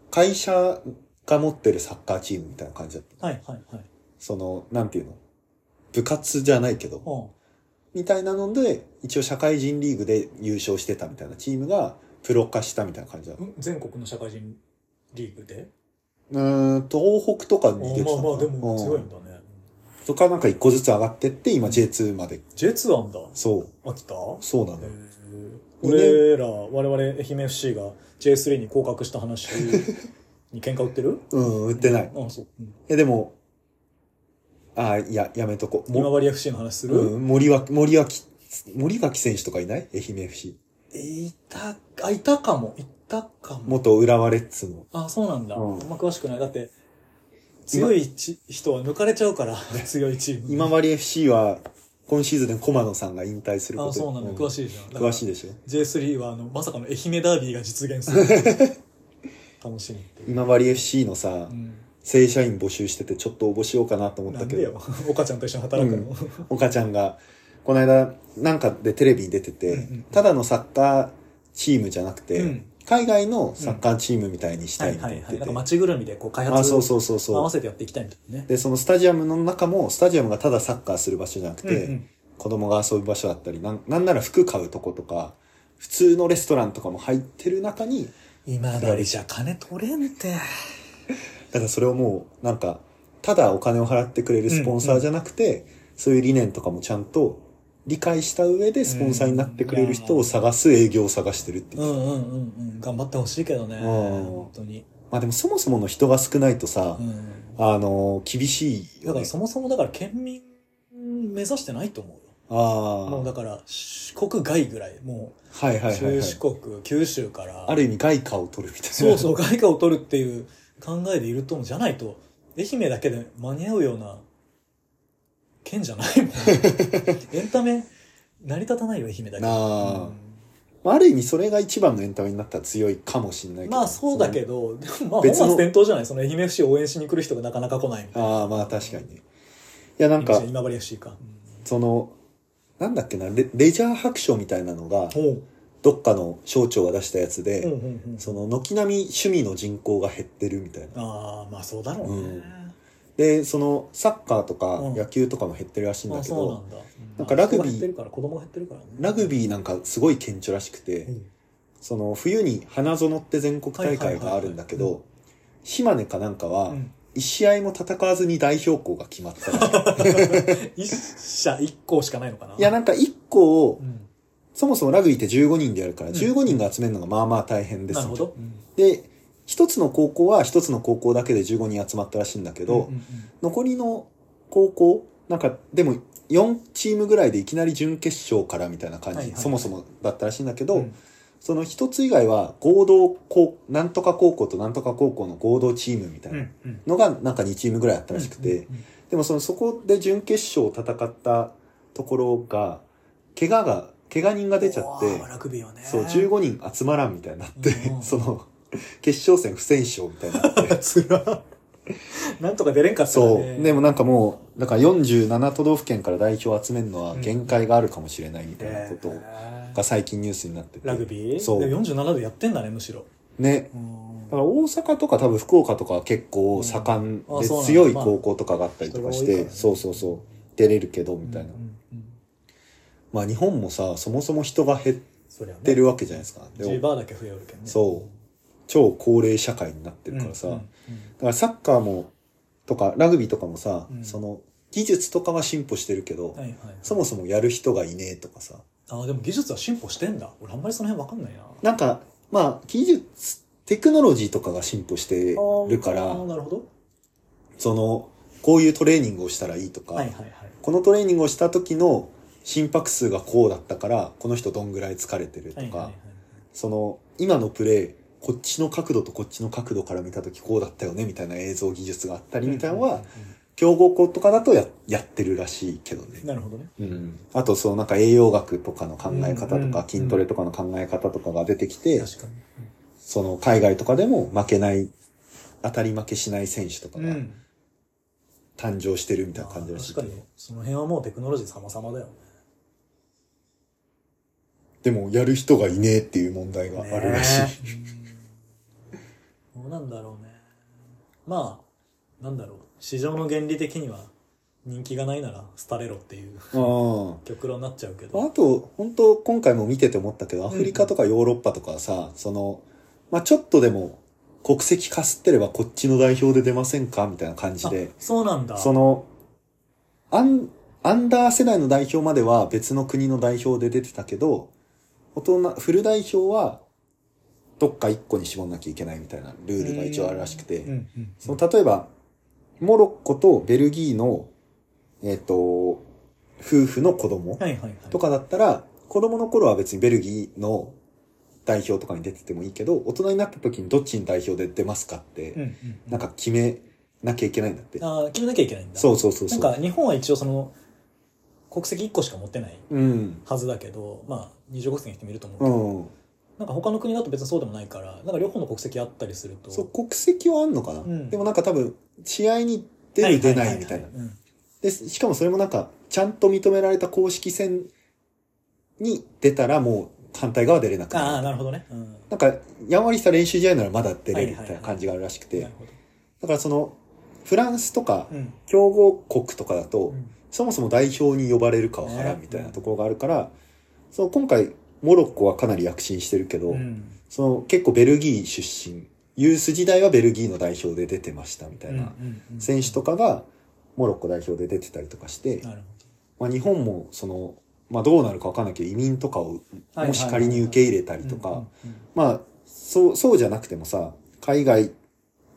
Speaker 1: 会社が持ってるサッカーチームみたいな感じだった。
Speaker 2: うんはいはいはい
Speaker 1: その、なんていうの部活じゃないけど、
Speaker 2: うん
Speaker 1: みたいなので、一応社会人リーグで優勝してたみたいなチームが、プロ化したみたいな感じだった。
Speaker 2: うん全国の社会人リーグで
Speaker 1: うーん、東北とか
Speaker 2: あ
Speaker 1: に出て
Speaker 2: ま
Speaker 1: た
Speaker 2: あ
Speaker 1: の
Speaker 2: まあ
Speaker 1: か
Speaker 2: で
Speaker 1: な
Speaker 2: も強い
Speaker 1: うん
Speaker 2: んだね
Speaker 1: とかなんか一個ずつ上がってって、今 J2 まで。
Speaker 2: J2 あんだ
Speaker 1: そう、
Speaker 2: 秋田
Speaker 1: そうなの
Speaker 2: へ
Speaker 1: よ。
Speaker 2: ー俺ら我々愛媛 FC が J3 に降格した話に喧嘩売って
Speaker 1: [laughs]
Speaker 2: る
Speaker 1: うん、売ってない。
Speaker 2: あそううん
Speaker 1: え、でも、あーいや、やめとこう。
Speaker 2: 今治 FC の話する、
Speaker 1: うん、森脇、森脇、森脇選手とかいない愛媛 FC。
Speaker 2: いた、あ、いたかも。いたかも。
Speaker 1: 元浦和レッズの。
Speaker 2: あ、そうなんだ。
Speaker 1: うん
Speaker 2: あんま詳しくない。だって、強いち人は抜かれちゃうから、強いチームに。
Speaker 1: 今治 FC は、今シーズンで駒野さんが引退すること
Speaker 2: あ、そうなんだ。詳しいじゃん。だから
Speaker 1: 詳しいでしょ。
Speaker 2: J3 は、あの、まさかの愛媛ダービーが実現する。
Speaker 1: [laughs]
Speaker 2: 楽しみっていう。
Speaker 1: 今治 FC のさ
Speaker 2: う、ん。
Speaker 1: 正社員募集しててちょっと応募しようかなと思っ
Speaker 2: な
Speaker 1: た
Speaker 2: ん
Speaker 1: け
Speaker 2: で
Speaker 1: ど [laughs]
Speaker 2: よ、。岡ちゃんと一緒に働くの。
Speaker 1: お母ちゃんが、この間、なんかでテレビに出て
Speaker 2: うん
Speaker 1: て
Speaker 2: うんうん、
Speaker 1: ただのサッカーチームじゃなく
Speaker 2: う
Speaker 1: て
Speaker 2: ん、
Speaker 1: 海外のサッカーチームみたいにし
Speaker 2: は
Speaker 1: たい
Speaker 2: い
Speaker 1: みた
Speaker 2: はいい
Speaker 1: に
Speaker 2: は
Speaker 1: 言
Speaker 2: い。
Speaker 1: って
Speaker 2: なん
Speaker 1: て
Speaker 2: か。マッチグルミでこう開
Speaker 1: あ、
Speaker 2: 発
Speaker 1: そう
Speaker 2: を
Speaker 1: そうそうそう。
Speaker 2: 合わせてやっていきたいみたいなね。
Speaker 1: でそのスタジアムの中もスタジアムがただサッカーする場所じゃなくて、
Speaker 2: うんうん
Speaker 1: 子供が遊ぶ場所だったりなんなんなら服買うとことか普通のレストランとかも入ってる中に
Speaker 2: 今治じゃ金取れんて。
Speaker 1: だからそれをもうなんかただお金を払ってくれるスポンサーじゃなくて、そういう理念とかもちゃんと理解した上でスポンサーになってくれる人を探す営業を探してるっていうう、
Speaker 2: んうんうんうん。頑張ってほしいけどね。
Speaker 1: ん
Speaker 2: 本当に。
Speaker 1: まあでもそもそもの人が少ないとさ、
Speaker 2: うん。
Speaker 1: あの厳しいよ
Speaker 2: だか
Speaker 1: ね
Speaker 2: らそもそもだから県民目指してないと思うよ。
Speaker 1: ああ
Speaker 2: もうだから四国外ぐらい、も
Speaker 1: はいは
Speaker 2: う
Speaker 1: いはい、
Speaker 2: 中
Speaker 1: はい
Speaker 2: 四、国、九州から、
Speaker 1: ある意味外貨を取るみたいな
Speaker 2: そ
Speaker 1: [laughs]
Speaker 2: うそう外貨を取るっていう考えでいると思うじゃないと、愛媛だけで間に合うような県じ
Speaker 1: [laughs]
Speaker 2: ゃないもん。エンタメ成り立たないよ、愛媛だ
Speaker 1: [laughs]
Speaker 2: け。
Speaker 1: なあ
Speaker 2: うん
Speaker 1: まあ、ある意味それが一番のエンタメになったら強いかもしれないけど。
Speaker 2: まあそうだけど、でもまあ本
Speaker 1: 別の
Speaker 2: 末転倒じゃないその愛媛 FC を応援しに来る人がなかなか来ないみ
Speaker 1: そ
Speaker 2: たいな。
Speaker 1: の。ああ、まあ確かにね。いや、なんか、
Speaker 2: 今治 FC か。
Speaker 1: その、なんだっけな、レレジャー白書みたいなのが
Speaker 2: う、ん。う
Speaker 1: どっかの省庁が出したやつ
Speaker 2: うんう
Speaker 1: で、
Speaker 2: んうん。
Speaker 1: その、軒並み趣味の人口が減ってるみたいな。
Speaker 2: ああ、まあそうだろうね。
Speaker 1: うんで、その、サッカーとか
Speaker 2: うん
Speaker 1: 野球とかも減ってるらしいんだ
Speaker 2: あ
Speaker 1: け
Speaker 2: そうな
Speaker 1: ど、
Speaker 2: んだ。
Speaker 1: なんかラグビー
Speaker 2: 人が減ってるから、子供が減ってるからね。
Speaker 1: ラグビーなんかすごい顕著らしくて、
Speaker 2: うん
Speaker 1: その、冬に花園って全国大会があるんだけ
Speaker 2: はいは
Speaker 1: ど、島根かなんかは
Speaker 2: う、ん
Speaker 1: 一試合も戦わずに代表校が決まったらし
Speaker 2: [laughs]
Speaker 1: い。
Speaker 2: 一社一校しかないのかない
Speaker 1: いや、なんか一個を
Speaker 2: う、ん
Speaker 1: そもそもラグビーって15人でやるから、
Speaker 2: うん
Speaker 1: 15人が集めるのがまあまあ大変です
Speaker 2: な
Speaker 1: よ
Speaker 2: るほど。うん
Speaker 1: で、一つの高校は一つの高校だけで15人集まったらしいんだけど、
Speaker 2: うんうん
Speaker 1: 残りの高校、なんかでも4チームぐらいでいきなり準決勝からみたいな感じ、
Speaker 2: はいはい
Speaker 1: そもそもだったらしいんだけ
Speaker 2: う
Speaker 1: ど、
Speaker 2: ん
Speaker 1: その一つ以外は合同高、なんとか高校となんとか高校の合同チームみたい
Speaker 2: うんう
Speaker 1: なん
Speaker 2: うん
Speaker 1: のがなんか2チームぐらいあったらしくて、でもそのそこで準決勝を戦ったところが、怪我が、怪我人が出ちゃって、
Speaker 2: うわーラグビーはね。
Speaker 1: そう、15人集まらんみたいになって、
Speaker 2: う
Speaker 1: [laughs]
Speaker 2: ん
Speaker 1: その、決勝戦不戦勝みたいになって。
Speaker 2: つら。なんとか出れんかったら
Speaker 1: そ
Speaker 2: ね
Speaker 1: う。でもなんかもう、だから47都道府県から代表を集めるのは限界があるかもしれないみたいなこと
Speaker 2: え
Speaker 1: が
Speaker 2: ー
Speaker 1: 最近ニュースになってて。
Speaker 2: ラグビー
Speaker 1: そう
Speaker 2: でも47度やってんだね、むしろ。
Speaker 1: ね。
Speaker 2: うん
Speaker 1: だから大阪とか多分福岡とかは結構盛ん
Speaker 2: うんあ
Speaker 1: で
Speaker 2: そうなんだ
Speaker 1: 強い高校とかがあったりとかし
Speaker 2: まあ人が多いから
Speaker 1: て、
Speaker 2: ね
Speaker 1: そうそうそう、出れるけどみたいな
Speaker 2: う。んうん
Speaker 1: まあ日本もさ、そもそも人が減っ
Speaker 2: そりゃね。
Speaker 1: てるわけじゃないですか。で
Speaker 2: ジーバーだけ増えるけんね。
Speaker 1: そう。超高齢社会になって
Speaker 2: う
Speaker 1: る
Speaker 2: ん。
Speaker 1: からさ。
Speaker 2: うん
Speaker 1: だからサッカーも、とか、ラグビーとかもさ、
Speaker 2: うん
Speaker 1: その、技術とかは進歩してるけど、
Speaker 2: はいはい。
Speaker 1: そもそもやる人がいねえとかさ。
Speaker 2: ああ、でも技術は進歩してんだ。俺あんまりその辺わかんないな。
Speaker 1: なんか、まあ、技術、テクノロジーとかが進歩してるか
Speaker 2: あ
Speaker 1: ら
Speaker 2: ー、なるほど。
Speaker 1: その、こういうトレーニングをしたらいいとか、
Speaker 2: はいはいはい。
Speaker 1: このトレーニングをした時の心拍数がこうだったから、この人どんぐらい疲れてると
Speaker 2: はいはいは
Speaker 1: か
Speaker 2: い、
Speaker 1: その、今のプレイ、こっちの角度とこっちの角度から見たときこうだったよね、みたいな映像技術があったりみたいなの
Speaker 2: うんう
Speaker 1: は
Speaker 2: ん、
Speaker 1: 強豪校とかだとややってるらしいけどね
Speaker 2: うん。なるほどね
Speaker 1: うん、あとそのなんか栄養学とかの考え
Speaker 2: う
Speaker 1: 方
Speaker 2: んう
Speaker 1: と
Speaker 2: んうん
Speaker 1: か筋トレとかの考え方とかが出てきて、
Speaker 2: 確かに
Speaker 1: その海外とかでも負けない、当たり負けしない選手とか
Speaker 2: うんう
Speaker 1: が
Speaker 2: ん
Speaker 1: 誕生してるみたいな感じらしい
Speaker 2: 確
Speaker 1: け
Speaker 2: か
Speaker 1: ど、
Speaker 2: にその辺はもうテクノロジー様々だよ
Speaker 1: でもやる人がいねえっていう問題があるらしい。
Speaker 2: い。どうなんだろうね。まあ、なんだろう。市場の原理的には人気がないなら廃れろっていう
Speaker 1: あ
Speaker 2: 極論になっちゃうけど。
Speaker 1: あと、本当今回も見てて思ったけど、アフリカとかヨーロッパとかはさ、その、まあちょっとでも国籍かすってればこっちの代表で出ませんかみたいな感じで
Speaker 2: あ、そうなんだ。
Speaker 1: そのアン、アンダー世代の代表までは別の国の代表で出てたけど、大人、フル代表は、どっか一個に絞んなきゃいけないみたいなルールが一応あるらしくて、
Speaker 2: うんうん
Speaker 1: その例えば、モロッコとベルギーの、えっ、と、夫婦の子供
Speaker 2: はいはいはい。
Speaker 1: とかだったら、子供の頃は別にベルギーの代表とかに出ててもいいけど、大人になった時にどっちに代表で出ますかっ
Speaker 2: うんう
Speaker 1: て、
Speaker 2: んうん、
Speaker 1: なんか決めなきゃいけないんだって。
Speaker 2: あー決めなきゃいけないんだ。
Speaker 1: そうそうそう
Speaker 2: な
Speaker 1: そ
Speaker 2: ん
Speaker 1: う。
Speaker 2: か日本は一応その、国籍1個しか持ってない
Speaker 1: うん。
Speaker 2: はずだけど、まあ25国の人もいると思うけ
Speaker 1: う
Speaker 2: ど、
Speaker 1: ん。
Speaker 2: なんか他の国だと別にそうでもないから、なんか両方の国籍あったりすると。
Speaker 1: そう、国籍はあんのかな、
Speaker 2: うん
Speaker 1: でもなんか多分、試合に出
Speaker 2: はい
Speaker 1: る
Speaker 2: はい
Speaker 1: 出
Speaker 2: はい
Speaker 1: な
Speaker 2: はい
Speaker 1: みたいな。
Speaker 2: うん
Speaker 1: で、しかもそれもなんか、ちゃんと認められた公式戦に出たらもう反対側出れなく
Speaker 2: あ
Speaker 1: な
Speaker 2: あ、
Speaker 1: る。
Speaker 2: なるほどね。うん
Speaker 1: なんか、やんわりした練習試合ならまだ出れるみ
Speaker 2: はいはい
Speaker 1: た
Speaker 2: はい
Speaker 1: いな感じがあるらしくて。
Speaker 2: なるほど。
Speaker 1: だからその、フランスとか
Speaker 2: う、ん。
Speaker 1: 強豪国とかだと、
Speaker 2: うん
Speaker 1: そもそも代表に呼ばれるかわから
Speaker 2: ね
Speaker 1: んみたいなところがあるから、その今回、モロッコはかなり躍進してるけど、
Speaker 2: うん
Speaker 1: その結構ベルギー出身、ユース時代はベルギーの代表で出てましたみたいな選手とかがモロッコ代表で出てたりとかして、
Speaker 2: なるほ
Speaker 1: まあ日本もその、まあどうなるかわかんないけど移民とかを
Speaker 2: はいはいはい
Speaker 1: もし仮に受け入れたり
Speaker 2: ど
Speaker 1: と
Speaker 2: うん
Speaker 1: か、まあそう、そうじゃなくてもさ、海外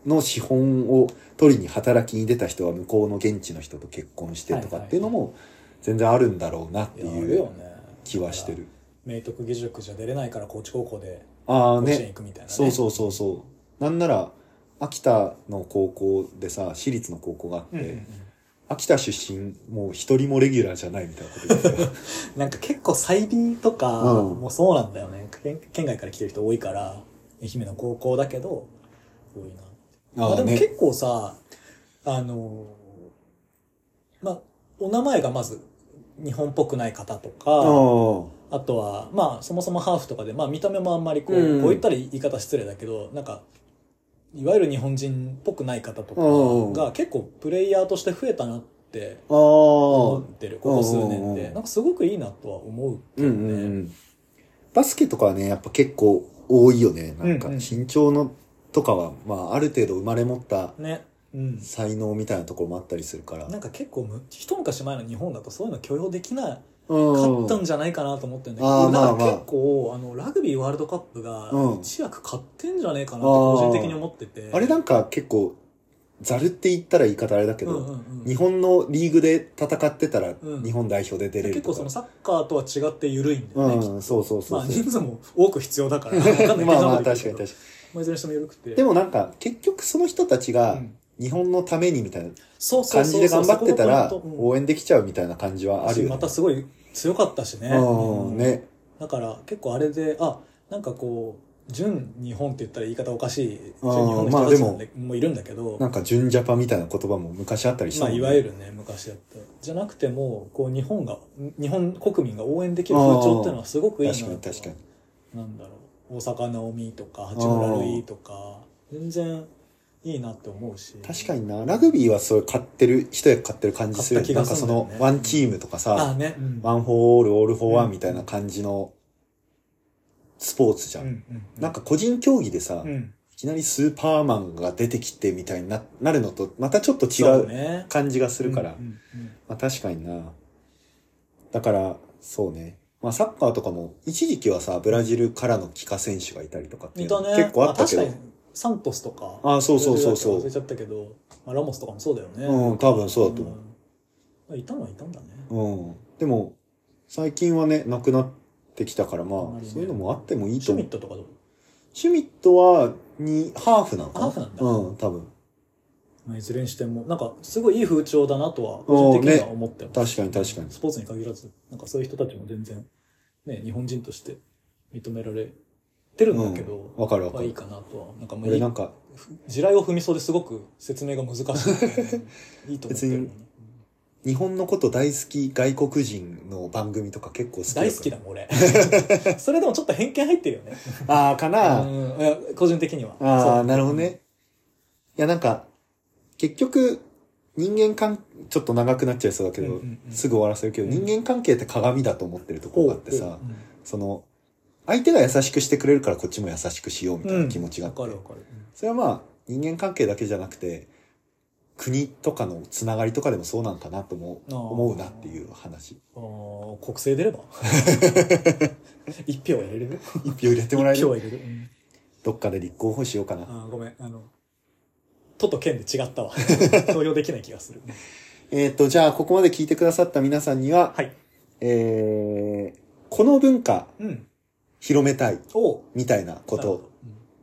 Speaker 1: の資本を取りに働きに出た人は向こうの現地の人と結婚してとかっていうのも全然あるんだろうなって
Speaker 2: うんうん
Speaker 1: い
Speaker 2: やるよ
Speaker 1: う
Speaker 2: ね
Speaker 1: 気はしてる。
Speaker 2: 明徳義塾じゃ出れないから高知高校で
Speaker 1: ああ
Speaker 2: 甲子園
Speaker 1: ね
Speaker 2: 行。くみたいなね
Speaker 1: そうそうそうそうなんなら秋田の高校でさ私立の高校があって、
Speaker 2: うんうんうん
Speaker 1: 秋田出身もう一人もレギュラーじゃないみたいなこと言ってた
Speaker 2: [laughs]
Speaker 1: よ
Speaker 2: なんか結構済美とか
Speaker 1: うん
Speaker 2: もそうなんだよね県県外から来てる人多いから愛媛の高校だけど多いなまあ
Speaker 1: あ
Speaker 2: で
Speaker 1: あ
Speaker 2: も
Speaker 1: ね
Speaker 2: 結構さあのーまあお名前がまず日本っぽくない方とか
Speaker 1: う
Speaker 2: あとは、まあ、そもそもハーフとかで、まあ、見た目もあんまりこう、
Speaker 1: うん
Speaker 2: こう言ったら言い方失礼だけど、なんか、いわゆる日本人っぽくない方と
Speaker 1: うん
Speaker 2: かが結構プレイヤーとして増えたなって
Speaker 1: んああ
Speaker 2: 思ってる、ここ数年
Speaker 1: うんう
Speaker 2: で。
Speaker 1: ん
Speaker 2: なんかすごくいいなとは思う。
Speaker 1: うんうんうんバスケとかはねやっぱ結構多いよねなんか
Speaker 2: うんうん
Speaker 1: 身長のとかは、まあ、ある程度生まれ持った
Speaker 2: ね。うん。
Speaker 1: 才能みたいなところもあったりするから
Speaker 2: なんか結構む、一昔前の日本だとそういうの許容できな
Speaker 1: う
Speaker 2: か
Speaker 1: ん
Speaker 2: ったんじゃないかなと思ってるんだけ
Speaker 1: あ
Speaker 2: ど、
Speaker 1: ー
Speaker 2: 俺なんか
Speaker 1: まあまあ
Speaker 2: 結構、あの、ラグビーワールドカップが
Speaker 1: うん
Speaker 2: 一役買ってんじゃねえかなって個人的に思ってて。
Speaker 1: あれなんか結構ざるって言ったら言い方あれだけ
Speaker 2: う
Speaker 1: ど、
Speaker 2: んうんうん
Speaker 1: 日本のリーグで戦ってたら
Speaker 2: うん
Speaker 1: 日本代表で出れる
Speaker 2: 結
Speaker 1: と
Speaker 2: 構
Speaker 1: か、
Speaker 2: そのサッカーとは違って緩いんだよね、きっ
Speaker 1: うんそうそう
Speaker 2: と
Speaker 1: そ
Speaker 2: まあ
Speaker 1: うそ
Speaker 2: 人
Speaker 1: う、
Speaker 2: 数も多く必要
Speaker 1: [laughs]
Speaker 2: だから分かんない
Speaker 1: まあまあ確かに確か
Speaker 2: に
Speaker 1: に
Speaker 2: いずれにしても緩くて
Speaker 1: でもなんか結局その人たち
Speaker 2: う
Speaker 1: が
Speaker 2: ん
Speaker 1: 日本のためにみたいな
Speaker 2: そうそう
Speaker 1: 感
Speaker 2: そ
Speaker 1: じ
Speaker 2: う
Speaker 1: で
Speaker 2: そう
Speaker 1: 頑張ってたら
Speaker 2: そこもポイントうん
Speaker 1: 応援できちゃうみたいな感じはあるよ
Speaker 2: またすごい強かったしね,、
Speaker 1: うんね
Speaker 2: だから結構あれであなんかこう純日本って言ったら言い方おかしい純日本の人たちなんでもいるんだけど、
Speaker 1: なんか純ジャパみたいな言葉も昔あったりした
Speaker 2: まあ、
Speaker 1: もん
Speaker 2: い
Speaker 1: ね
Speaker 2: わゆるね昔だったじゃなくてもこう日本が日本国民が応援できる風潮っていうのはすごくいいな
Speaker 1: 確かに
Speaker 2: と
Speaker 1: 確かに
Speaker 2: なんだろう大阪なおみとか八村塁とか全然いいなって思うし
Speaker 1: 確かになラグビーはそういう勝ってる一役勝ってる感じするよねな
Speaker 2: 勝
Speaker 1: ん
Speaker 2: った
Speaker 1: か
Speaker 2: 気
Speaker 1: そ
Speaker 2: がするんだよね
Speaker 1: のワンチームとか
Speaker 2: ああ
Speaker 1: さ
Speaker 2: ね、うん
Speaker 1: ワン・フォー・オールオール・フォー・ワンみたいな感じのスポーツじゃ
Speaker 2: うん
Speaker 1: ん、
Speaker 2: うんうん
Speaker 1: なんか個人競技でさ、
Speaker 2: う
Speaker 1: い
Speaker 2: ん
Speaker 1: きなりスーパーマンが出てきてみたいにななるのとまたちょっと違
Speaker 2: そうね
Speaker 1: 感じがするから、
Speaker 2: うんうん
Speaker 1: まあ確かにな。だから、そうね。まあサッカーとかも、一時期はさ、ブラジルからの帰化選手がいたりとかってい
Speaker 2: 似
Speaker 1: う
Speaker 2: た
Speaker 1: の
Speaker 2: ね
Speaker 1: 結構あったけど。
Speaker 2: ま確かにサントスとか
Speaker 1: ああそうそうそうそう
Speaker 2: 忘れちゃったけど、まあ、ラモスとかもそうだよね
Speaker 1: うん多分そうだと思う
Speaker 2: まあいたのはいたんだね
Speaker 1: うん。でも、最近はね、なくなってきたから、
Speaker 2: あん
Speaker 1: ま
Speaker 2: ま
Speaker 1: あ、
Speaker 2: りね
Speaker 1: そういうのもあってもいい
Speaker 2: シ
Speaker 1: と
Speaker 2: ュ
Speaker 1: 思
Speaker 2: ミッ
Speaker 1: う。
Speaker 2: トとかどう
Speaker 1: シュミットは、に、ハーフなのかな
Speaker 2: ハーフなんだ
Speaker 1: うん、多分。
Speaker 2: まあいずれにしても、なんか、すごいいい風潮だなとは、個人的には思ってます。
Speaker 1: 確かに確かに。
Speaker 2: スポーツに限らず、なんかそういう人たちも全然、ね、日本人として認められてるんだけど、
Speaker 1: うんわかるわか
Speaker 2: まあ
Speaker 1: る
Speaker 2: いいかなとは。なんかもうい
Speaker 1: 俺
Speaker 2: い
Speaker 1: な、んか、
Speaker 2: 地雷を踏みそうですごく説明が難しいんだよ
Speaker 1: [laughs]
Speaker 2: ね。いいと思ってるのに
Speaker 1: 別日本のこと大好き外国人の番組とか結構好き
Speaker 2: 大好きだもん、俺。 [laughs] それでもちょっと偏見入ってるよね。
Speaker 1: ああ、かな、
Speaker 2: うんいや個人的には。
Speaker 1: あ
Speaker 2: そ
Speaker 1: あ、
Speaker 2: う
Speaker 1: なるほどね。いや、なんか、結局、人間関ちょっと長くなっちゃいそうだけど、
Speaker 2: うんうんうん
Speaker 1: すぐ終わらせるけど、
Speaker 2: うん
Speaker 1: 人間関係って鏡だと思ってるところがあってさ、
Speaker 2: うん
Speaker 1: その、相手が優しくしてくれるからこっちも優しくしようみたいな気持ちがあ
Speaker 2: わ
Speaker 1: って、
Speaker 2: かるわかる。うん
Speaker 1: それはまあ、人間関係だけじゃなくて、国とかのつながりとかでもそうなんかなとも
Speaker 2: あー
Speaker 1: 思うなっていう話。
Speaker 2: あー国政出れば [laughs] 一票入れれる
Speaker 1: 一票入れてもらえ
Speaker 2: 一票
Speaker 1: る
Speaker 2: 入れる、うん
Speaker 1: どっかで立候補しようかな。
Speaker 2: あーごめんあの都と県で違
Speaker 1: [laughs]
Speaker 2: ったわ投票できない気がする
Speaker 1: えっ、と、じゃあ、ここまで聞いてくださった皆さんには、
Speaker 2: はい
Speaker 1: えーこの文化
Speaker 2: うん
Speaker 1: 広めたい
Speaker 2: おう
Speaker 1: みたいなこ
Speaker 2: なる
Speaker 1: と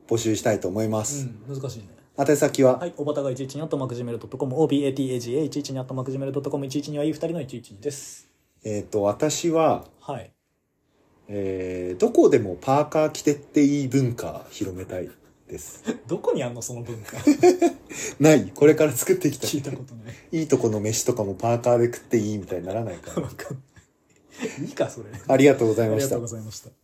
Speaker 2: ほ
Speaker 1: を募集したいと思います。
Speaker 2: どうん、難しいね
Speaker 1: 宛先は、
Speaker 2: はい、おばたが112にあったマクジメルドットコム、OBATAGA112 にあったマクジメルドットコム、112はいい二人の112です。
Speaker 1: えっ、と、私は、
Speaker 2: はい。
Speaker 1: えーどこでもパーカー着てっていい文化広めたいです。 [laughs]
Speaker 2: どこにあんのその文化 [laughs]
Speaker 1: ないこれから作ってきた。
Speaker 2: 聞いたことない。
Speaker 1: いいとこの飯とかもパーカーで食っていいみたいにならないか
Speaker 2: [laughs] わかんない。いいか、それ。
Speaker 1: ら。ありがとうござい
Speaker 2: あ
Speaker 1: ま
Speaker 2: り
Speaker 1: し
Speaker 2: がと
Speaker 1: た
Speaker 2: うご。ざいました。